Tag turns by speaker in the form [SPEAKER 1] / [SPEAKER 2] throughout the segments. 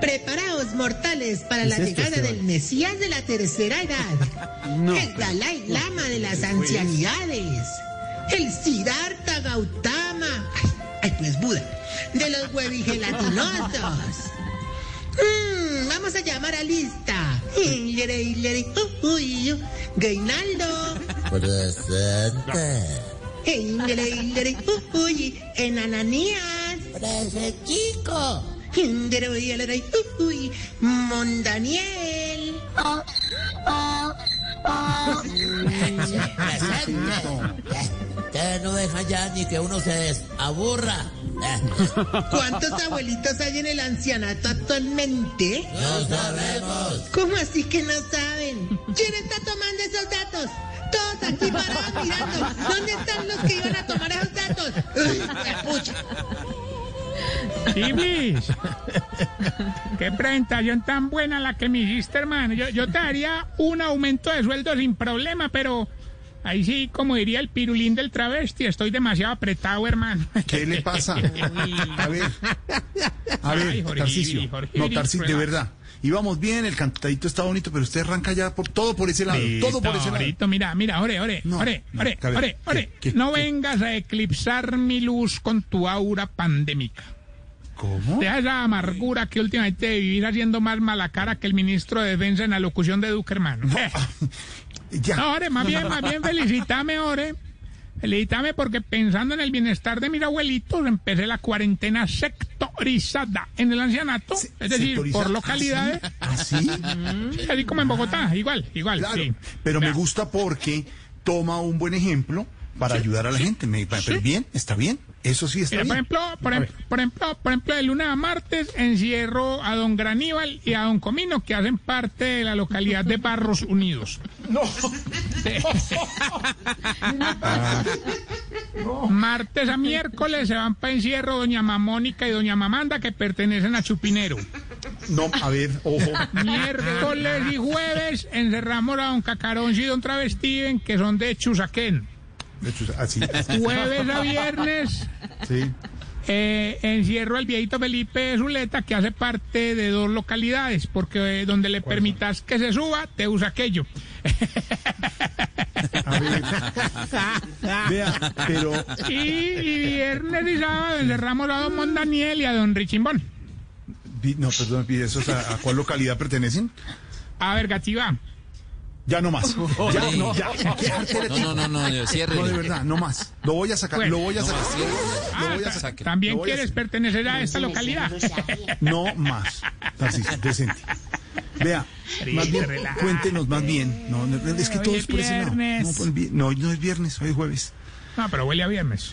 [SPEAKER 1] Preparaos, mortales, para la
[SPEAKER 2] es esto, este
[SPEAKER 1] llegada
[SPEAKER 2] Esteban?
[SPEAKER 1] del Mesías de la tercera edad.
[SPEAKER 2] pues,
[SPEAKER 1] el Dalai Lama de las ancianidades. El Siddhartha Gautama. Ay, ay, pues Buda. De los huevigelatinosos. Mm, vamos a llamar a lista.
[SPEAKER 2] Pues,
[SPEAKER 1] Mm, lerei, lerei, uh, uy, uh, Gainaldo.
[SPEAKER 3] Presente.
[SPEAKER 1] Hey, lerei, lerei, uh, uy, Enananías.
[SPEAKER 3] Presente, chico.
[SPEAKER 1] Lerei, lerei, uh, uy, Mondaniel.
[SPEAKER 3] Presente. Eh, Ustedes no dejan ya ni que uno se desaburra. Eh,
[SPEAKER 1] ¿Cuántos abuelitos hay en el ancianato actualmente?
[SPEAKER 3] No sabemos.
[SPEAKER 1] ¿Cómo así que no saben? ¿Quién está tomando esos datos? Todos aquí parados mirando. ¿Dónde están los que iban a tomar esos datos? ¡Uy, pucha!
[SPEAKER 4] Ibis, qué presentación tan buena la que me hiciste, hermano. Yo, yo te daría un aumento de sueldo sin problema, pero ahí sí, como diría el pirulín del travesti, estoy demasiado apretado, hermano.
[SPEAKER 2] ¿Qué le pasa? A ver, a
[SPEAKER 4] Ay,
[SPEAKER 2] ver,
[SPEAKER 4] Jorge,
[SPEAKER 2] Tarcicio.
[SPEAKER 4] Jorge,
[SPEAKER 2] No,
[SPEAKER 4] Jorge,
[SPEAKER 2] Tarcicio, de
[SPEAKER 4] relax.
[SPEAKER 2] verdad. Íbamos bien, el cantadito está bonito, pero usted arranca ya por todo por ese lado. Todo por ese lado.
[SPEAKER 4] Ahorita, mira, mira, ore, ore,
[SPEAKER 2] No,
[SPEAKER 4] ore,
[SPEAKER 2] no,
[SPEAKER 4] ore,
[SPEAKER 2] a ver,
[SPEAKER 4] ore,
[SPEAKER 2] ¿qué,
[SPEAKER 4] ore.
[SPEAKER 2] qué,
[SPEAKER 4] No
[SPEAKER 2] qué?
[SPEAKER 4] vengas a eclipsar mi luz con tu aura pandémica.
[SPEAKER 2] ¿Cómo?
[SPEAKER 4] Deja esa amargura que últimamente de vivir haciendo más mala cara que el ministro de Defensa en la locución de Duque, hermano.
[SPEAKER 2] Ya.
[SPEAKER 4] No, ore, más bien, más bien felicítame, ore. Felicítame porque pensando en el bienestar de mis abuelitos, empecé la cuarentena sectorizada en el ancianato,
[SPEAKER 2] Se-
[SPEAKER 4] es decir,
[SPEAKER 2] sectorizado.
[SPEAKER 4] por localidades,
[SPEAKER 2] ¿Así?
[SPEAKER 4] así como en Bogotá, igual, igual.
[SPEAKER 2] Claro.
[SPEAKER 4] sí.
[SPEAKER 2] Pero me
[SPEAKER 4] Vea,
[SPEAKER 2] gusta porque toma un buen ejemplo para ayudar a la gente. Me, pero bien, está bien. Eso sí está
[SPEAKER 4] mira, por
[SPEAKER 2] bien.
[SPEAKER 4] ejemplo, por,
[SPEAKER 2] A
[SPEAKER 4] em-
[SPEAKER 2] ver.
[SPEAKER 4] por ejemplo, por ejemplo, de lunes a martes encierro a don Graníbal y a don Comino, que hacen parte de la localidad de Barros Unidos. Martes a miércoles se van para encierro doña Mamónica y doña Mamanda, que pertenecen a Chupinero.
[SPEAKER 2] No, a ver, ojo.
[SPEAKER 4] Miércoles y jueves encerramos a don Cacarón y don Travestiven, que son de Chusaquén.
[SPEAKER 2] De hecho, Así, así,
[SPEAKER 4] Jueves a viernes
[SPEAKER 2] sí.
[SPEAKER 4] eh, encierro al viejito Felipe Zuleta, que hace parte de dos localidades, porque eh, donde le permitas que se suba, te usa aquello.
[SPEAKER 2] A ver. Vea, pero
[SPEAKER 4] Y, y viernes y sábado encerramos a don Mondaniel y a don Richimbón.
[SPEAKER 2] di- no, perdón, pide esos a, a cuál localidad pertenecen?
[SPEAKER 4] A ver, Gativa.
[SPEAKER 2] Ya no más. Ya, no, ya. Qué arte de
[SPEAKER 5] No,
[SPEAKER 2] ti.
[SPEAKER 5] no, no, no, no, cierre.
[SPEAKER 2] No, de verdad, no más. Lo voy a sacar,
[SPEAKER 4] Bueno.
[SPEAKER 2] lo voy a sacar. Lo voy a
[SPEAKER 4] Ah, ta-
[SPEAKER 2] sacar.
[SPEAKER 4] También
[SPEAKER 2] Lo voy a
[SPEAKER 4] quieres
[SPEAKER 2] sacar.
[SPEAKER 4] pertenecer a esta localidad.
[SPEAKER 2] No más. Tarcisio, decente. Vea, más bien,
[SPEAKER 4] relaja.
[SPEAKER 2] cuéntenos más bien. No, no, es que
[SPEAKER 4] Hoy
[SPEAKER 2] todo
[SPEAKER 4] es
[SPEAKER 2] es por ese lado. No,
[SPEAKER 4] viernes.
[SPEAKER 2] pues, vi- no, no es viernes, hoy es jueves.
[SPEAKER 4] No, pero huele a viernes.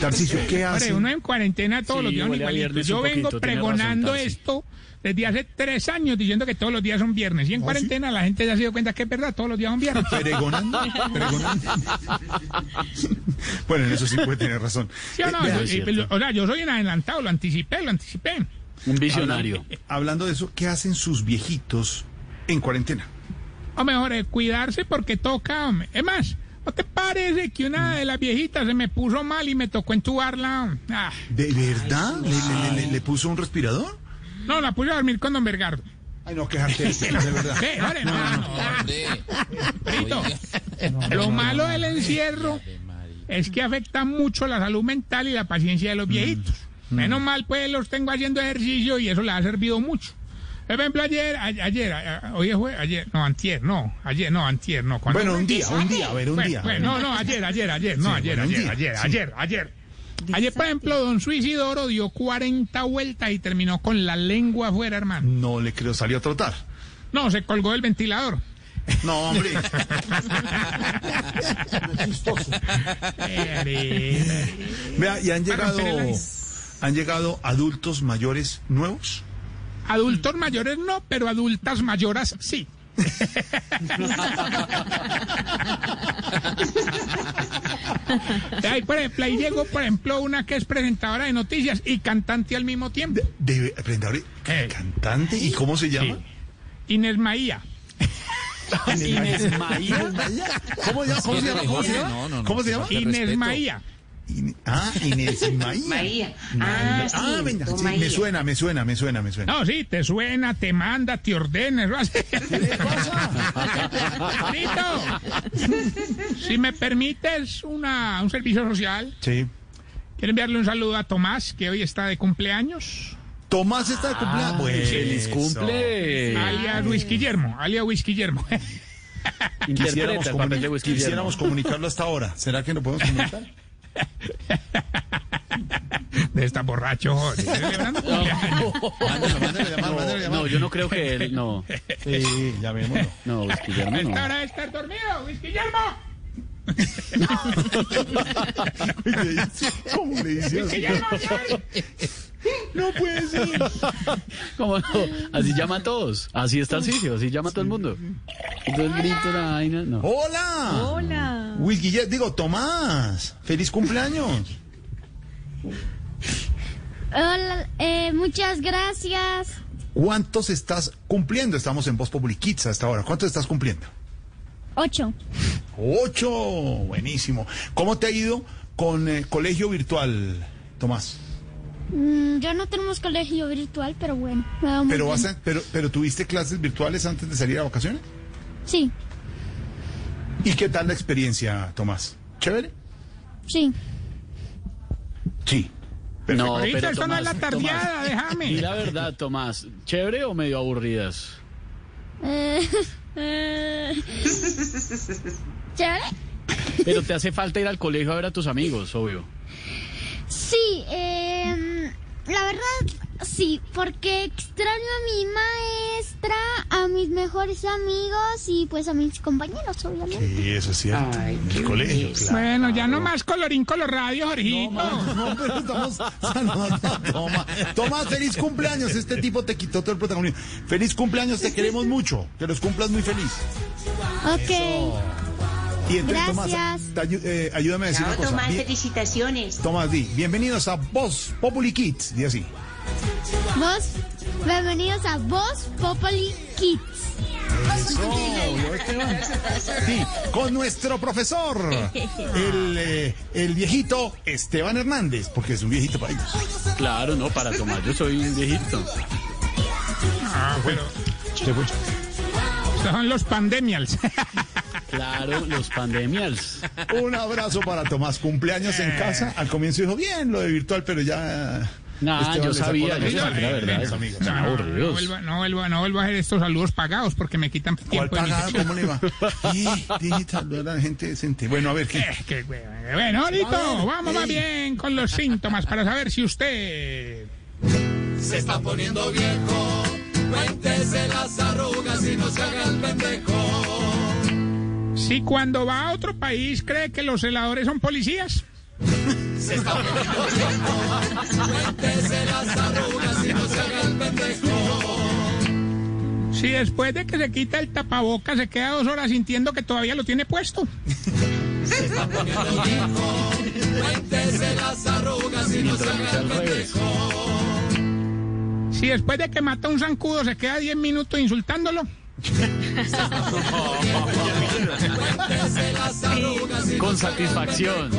[SPEAKER 2] Tarcisio, ¿qué
[SPEAKER 4] Hombre,
[SPEAKER 2] hace?
[SPEAKER 4] uno en cuarentena todos los días son
[SPEAKER 6] huele a
[SPEAKER 4] igualitos.
[SPEAKER 6] viernes
[SPEAKER 4] Yo
[SPEAKER 6] un
[SPEAKER 4] vengo
[SPEAKER 6] poquito, tiene razón,
[SPEAKER 4] pregonando
[SPEAKER 6] Tarsi.
[SPEAKER 4] esto desde hace tres años diciendo que todos los días son viernes.
[SPEAKER 2] ¿Ah,
[SPEAKER 4] Y en cuarentena la gente ya se dio cuenta que es verdad, todos los días son viernes.
[SPEAKER 2] Pregonando, pregonando. bueno, en eso sí puede tener razón.
[SPEAKER 4] ¿Sí o, no?
[SPEAKER 2] Eh, vea,
[SPEAKER 4] Yo- y- o sea, yo soy en adelantado, lo anticipé, lo anticipé.
[SPEAKER 6] Un visionario.
[SPEAKER 2] hablando de eso, ¿qué hacen sus viejitos en cuarentena?
[SPEAKER 4] O mejor, eh, cuidarse porque toca. hombre. Es más, ¿no te parece que una de las viejitas se me puso mal y me tocó entubarla? hombre? Ah,
[SPEAKER 2] ¿De verdad? ¿Le, le- le- le- le puso un respirador?
[SPEAKER 4] no, la puse a dormir con don Bergardo.
[SPEAKER 2] Ay, no, qué arte de ti, de verdad.
[SPEAKER 4] Ve, ore, no, no, no. Brito, lo malo del encierro es que afecta mucho la salud mental y la paciencia de los viejitos. Menos mal, pues los tengo haciendo ejercicio y eso les ha servido mucho. Por ejemplo, ayer, a- ayer, a- a- hoy es jue- ayer, no, antier, no, ayer, no, antier, no. ¿cuándo
[SPEAKER 2] Bueno,
[SPEAKER 4] fue?
[SPEAKER 2] un día, un día, a ver, un
[SPEAKER 4] Fue-
[SPEAKER 2] día.
[SPEAKER 4] fue- no, no, ayer, ayer, ayer, no,
[SPEAKER 2] Sí,
[SPEAKER 4] ayer,
[SPEAKER 2] bueno, un
[SPEAKER 4] ayer,
[SPEAKER 2] día,
[SPEAKER 4] ayer,
[SPEAKER 2] sí.
[SPEAKER 4] ayer, ayer. Ayer, por ejemplo, don Suicidoro dio 40 vueltas y terminó con la lengua afuera, hermano.
[SPEAKER 2] No le creo, salió a trotar.
[SPEAKER 4] No, se colgó del ventilador.
[SPEAKER 2] No, hombre. Vea, y han
[SPEAKER 4] Para
[SPEAKER 2] llegado,
[SPEAKER 4] romper el aire.
[SPEAKER 2] han llegado adultos mayores nuevos.
[SPEAKER 4] Adultos mayores no, pero adultas mayoras sí. Ahí, por ejemplo, ahí llegó, por ejemplo, una que es presentadora de noticias y cantante al mismo tiempo.
[SPEAKER 2] De, aprende a abrir.
[SPEAKER 4] Eh.
[SPEAKER 2] cantante. ¿Y cómo se llama?
[SPEAKER 4] Inés Maía.
[SPEAKER 5] Inés Maía.
[SPEAKER 2] ¿Cómo, se llama? ¿Cómo se llama? ¿Cómo se llama?
[SPEAKER 5] No, no, no,
[SPEAKER 2] ¿Cómo se llama?
[SPEAKER 5] Te
[SPEAKER 4] Inés
[SPEAKER 5] respeto.
[SPEAKER 4] Maía.
[SPEAKER 2] Ine- Ah, Inés Maía.
[SPEAKER 6] Maía. Ah, sí,
[SPEAKER 2] Ah, venga,
[SPEAKER 6] don
[SPEAKER 2] sí,
[SPEAKER 6] Maía.
[SPEAKER 2] me suena, me suena, me suena, me suena.
[SPEAKER 4] No, sí, te suena, te manda, te ordena. eso hace. Tito, Si me permites una, un servicio social,
[SPEAKER 2] Sí.
[SPEAKER 4] quiero enviarle un saludo a Tomás, que hoy está de cumpleaños.
[SPEAKER 2] Tomás está de cumpleaños.
[SPEAKER 5] Feliz
[SPEAKER 2] Eso.
[SPEAKER 5] cumple.
[SPEAKER 4] Alias Luis Guillermo, alias Luis Guillermo.
[SPEAKER 5] Interpreta
[SPEAKER 2] Quisiéramos,
[SPEAKER 5] el
[SPEAKER 2] comuni-
[SPEAKER 5] papel de Luis Guillermo.
[SPEAKER 2] quisiéramos comunicarlo hasta ahora. ¿Será que lo podemos comunicar?
[SPEAKER 4] De esta borracho. joder. Celebrando cumpleaños.
[SPEAKER 5] Mándalo, mándalo,
[SPEAKER 2] llamar, mándale
[SPEAKER 5] No,
[SPEAKER 2] llamar.
[SPEAKER 5] no, yo no creo que él. No,
[SPEAKER 2] Sí, llamémoslo.
[SPEAKER 5] no, Luis
[SPEAKER 4] A
[SPEAKER 5] Guillermo
[SPEAKER 4] esta
[SPEAKER 5] no.
[SPEAKER 4] hora de estar dormido, Luis Guillermo.
[SPEAKER 2] ¿Cómo le dice? ¿Cómo le dice así?
[SPEAKER 4] Guillermo, ya.
[SPEAKER 2] No puede ser.
[SPEAKER 5] ¿Cómo no? Así llama a todos. Así está Silvio, así llama a todo el mundo. Entonces grito la vaina. No.
[SPEAKER 2] Hola. Hola. Luis Guillermo, digo, Tomás. Feliz cumpleaños.
[SPEAKER 7] Hola, eh, muchas gracias.
[SPEAKER 2] ¿Cuántos estás cumpliendo? Estamos en Voz Populi Kids hasta ahora. ¿Cuántos estás cumpliendo?
[SPEAKER 7] Ocho.
[SPEAKER 2] Ocho. Buenísimo. ¿Cómo te ha ido con eh, colegio virtual, Tomás?
[SPEAKER 7] Mm, ya no tenemos colegio virtual, pero bueno. me va muy
[SPEAKER 2] Pero,
[SPEAKER 7] bien.
[SPEAKER 2] vas a- pero, pero tuviste clases virtuales antes de salir a vacaciones.
[SPEAKER 7] Sí,
[SPEAKER 2] ¿Y qué tal la experiencia, Tomás? ¿Chévere?
[SPEAKER 7] sí.
[SPEAKER 2] Sí.
[SPEAKER 5] No,
[SPEAKER 4] Ahorita
[SPEAKER 5] pero
[SPEAKER 4] esto no es la
[SPEAKER 5] Tomás, Tomás.
[SPEAKER 4] tardeada,
[SPEAKER 5] Y
[SPEAKER 4] déjame.
[SPEAKER 5] la verdad, Tomás, ¿chévere o medio aburridas?
[SPEAKER 7] Eh, eh, ¿Chévere?
[SPEAKER 5] Pero te hace falta ir al colegio a ver a tus amigos, obvio.
[SPEAKER 7] Sí, eh, la verdad, sí, porque extraño a mi maestra, a mis mejores amigos y pues a mis compañeros, obviamente.
[SPEAKER 2] Sí, eso es cierto.
[SPEAKER 6] Ay,
[SPEAKER 2] En
[SPEAKER 6] qué
[SPEAKER 2] el colegio, claro.
[SPEAKER 4] Bueno, ya no más colorín colorradio, Jorgito.
[SPEAKER 2] No, pero estamos saludando a Tomás. Tomás, feliz cumpleaños. Este tipo te quitó todo el protagonismo. Feliz cumpleaños, te queremos mucho. Que los cumplas muy feliz.
[SPEAKER 7] Ok.
[SPEAKER 2] Y entre Tomás,
[SPEAKER 7] Gracias.
[SPEAKER 2] te ayu- eh, ayúdame a decir
[SPEAKER 6] Chao,
[SPEAKER 1] pues,
[SPEAKER 2] una cosa.
[SPEAKER 6] Tomás,
[SPEAKER 2] Bien-
[SPEAKER 6] felicitaciones.
[SPEAKER 2] Tomás, di, bienvenidos a Voz Populi Kids. Di así.
[SPEAKER 7] Vos, bienvenidos a Vos Popoli Kids.
[SPEAKER 2] Sí, con nuestro profesor, el, eh, el viejito Esteban Hernández, porque es un viejito para ellos.
[SPEAKER 5] Claro, no, para Tomás, yo soy un viejito.
[SPEAKER 4] Ah, pero estos son los pandemials.
[SPEAKER 5] Claro, los pandemials.
[SPEAKER 2] Un abrazo para Tomás. Cumpleaños en casa. Al comienzo dijo, bien, lo de virtual, pero ya...
[SPEAKER 5] Nah,
[SPEAKER 2] Esteban
[SPEAKER 5] yo
[SPEAKER 2] le sacó
[SPEAKER 5] sabía,
[SPEAKER 2] la
[SPEAKER 5] yo
[SPEAKER 2] cosa.
[SPEAKER 5] sabía, la verdad.
[SPEAKER 2] Los amigos.
[SPEAKER 5] Son
[SPEAKER 4] No, no,
[SPEAKER 5] aburridos.
[SPEAKER 4] vuelva- no, vuelva, no vuelva a hacer estos saludos pagados porque me quitan
[SPEAKER 2] ¿Cuál
[SPEAKER 4] tiempo de mi
[SPEAKER 2] pagado?
[SPEAKER 4] sección.
[SPEAKER 2] ¿Cómo le va? Y digital, no era gente decente. Bueno, a ver, ¿qué?
[SPEAKER 4] Eh, qué hueva. Bueno, ahorita vamos más bien con los síntomas para saber si usted Si cuando va a otro país cree que los celadores son policías. Si después de que se quita el tapaboca se queda dos horas sintiendo que todavía lo tiene puesto.
[SPEAKER 5] Mientras no sea al revés.
[SPEAKER 4] Si después de que mata un zancudo se queda 10 minutos insultándolo.
[SPEAKER 5] Con satisfacción.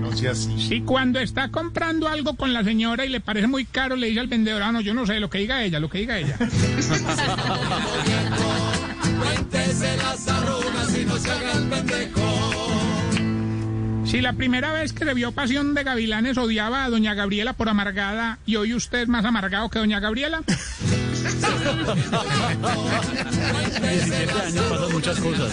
[SPEAKER 2] No sea así.
[SPEAKER 4] Si cuando está comprando algo con la señora y le parece muy caro le dice al vendedor, ah, no, yo no sé, lo que diga ella, lo que diga ella. Si la primera vez que le vio Pasión de Gavilanes odiaba a Doña Gabriela por amargada y hoy usted es más amargado que Doña Gabriela.
[SPEAKER 5] Este 17 años pasan muchas cosas.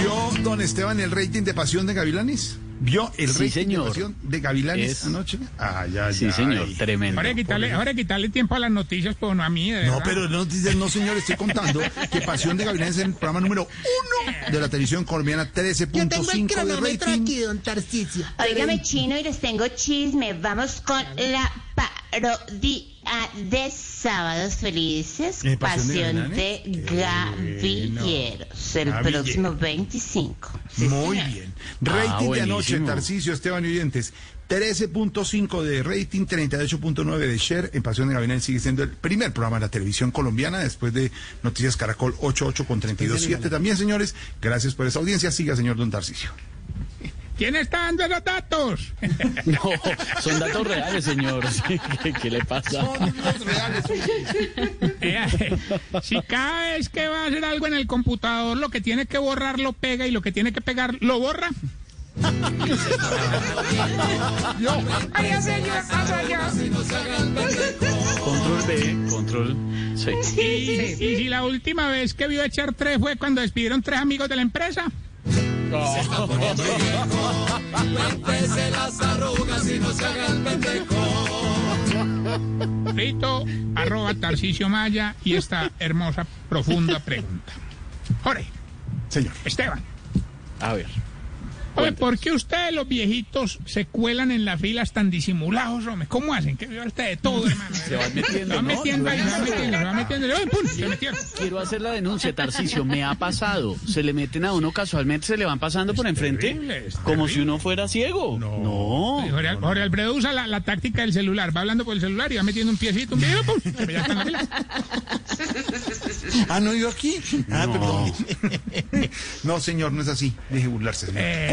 [SPEAKER 2] Vio don Esteban, el rating de Pasión de Gavilanes? ¿Vio el
[SPEAKER 5] Sí,
[SPEAKER 2] rating
[SPEAKER 5] señor.
[SPEAKER 2] de Pasión de Gavilanes
[SPEAKER 5] Es-
[SPEAKER 2] anoche? Ay, ay,
[SPEAKER 5] Sí,
[SPEAKER 2] ay.
[SPEAKER 5] señor, tremendo.
[SPEAKER 4] Ahora quitarle, ahora quitarle tiempo a las noticias, pues no a mí, de
[SPEAKER 2] No,
[SPEAKER 4] verdad.
[SPEAKER 2] pero no, dice, no, señor, estoy contando que Pasión de Gavilanes es el programa número uno de la televisión colombiana,
[SPEAKER 1] Yo tengo el
[SPEAKER 2] 13.5 de
[SPEAKER 1] cronómetro
[SPEAKER 2] rating.
[SPEAKER 1] aquí, don Tarcicio.
[SPEAKER 6] Óigame, chino, y les tengo chisme. Vamos con la parodia de Sábados Felices,
[SPEAKER 2] ¿Eh, Pasión
[SPEAKER 6] Pasión
[SPEAKER 2] de
[SPEAKER 6] de Gavilleros, el
[SPEAKER 2] Gavilleros.
[SPEAKER 6] próximo 25. Sí,
[SPEAKER 2] Muy
[SPEAKER 6] señor.
[SPEAKER 2] bien. Rating de anoche,
[SPEAKER 5] buenísimo.
[SPEAKER 2] Tarcisio, Esteban y Oyentes. 13.5 de rating, 38.9 de share. En Pasión de Gavilanes sigue siendo el primer programa de la televisión colombiana después de Noticias Caracol 88 con 32.7 también, señores. Gracias por esa audiencia. Siga, señor Don Tarcisio.
[SPEAKER 4] ¿Quién está dando los datos?
[SPEAKER 5] No, son datos reales, señor. Sí, ¿Qué, qué le pasa?
[SPEAKER 4] Vea, Eh, si cada vez que va a hacer algo en el computador, lo que tiene que borrar lo pega y lo que tiene que pegar lo borra.
[SPEAKER 5] Control B, control C.
[SPEAKER 4] Y, y si la última vez que vio echar tres fue cuando despidieron tres amigos de la empresa. Rito, arroba Tarcicio Maya y esta hermosa, profunda pregunta. Jorge,
[SPEAKER 2] Señor.
[SPEAKER 4] Esteban.
[SPEAKER 5] A ver.
[SPEAKER 4] Oye,
[SPEAKER 5] Cuéntanos.
[SPEAKER 4] ¿por qué ustedes los viejitos se cuelan en las filas tan disimulados, hombre? ¿Cómo hacen? Que viva usted de todo, hermano. Se
[SPEAKER 5] van metiendo,
[SPEAKER 4] Se van
[SPEAKER 5] ¿no?
[SPEAKER 4] metiendo, ahí, se van metiendo, se van metiendo. Oye, pum, se metieron.
[SPEAKER 5] Quiero hacer la denuncia, Tarcicio. Me ha pasado. Se le meten a uno casualmente, se le van pasando por enfrente.
[SPEAKER 4] terrible, es
[SPEAKER 5] como
[SPEAKER 4] terrible.
[SPEAKER 5] si uno fuera ciego. No.
[SPEAKER 4] Jorge, Al- Jorge Alfredo usa la, la táctica del celular. Va hablando por el celular y va metiendo un piecito, un piecito, pum. Ya está en la fila.
[SPEAKER 2] Ah, no, yo aquí. Ah, perdón. no, señor, no es así. Deje burlarse, señor.
[SPEAKER 4] Eh,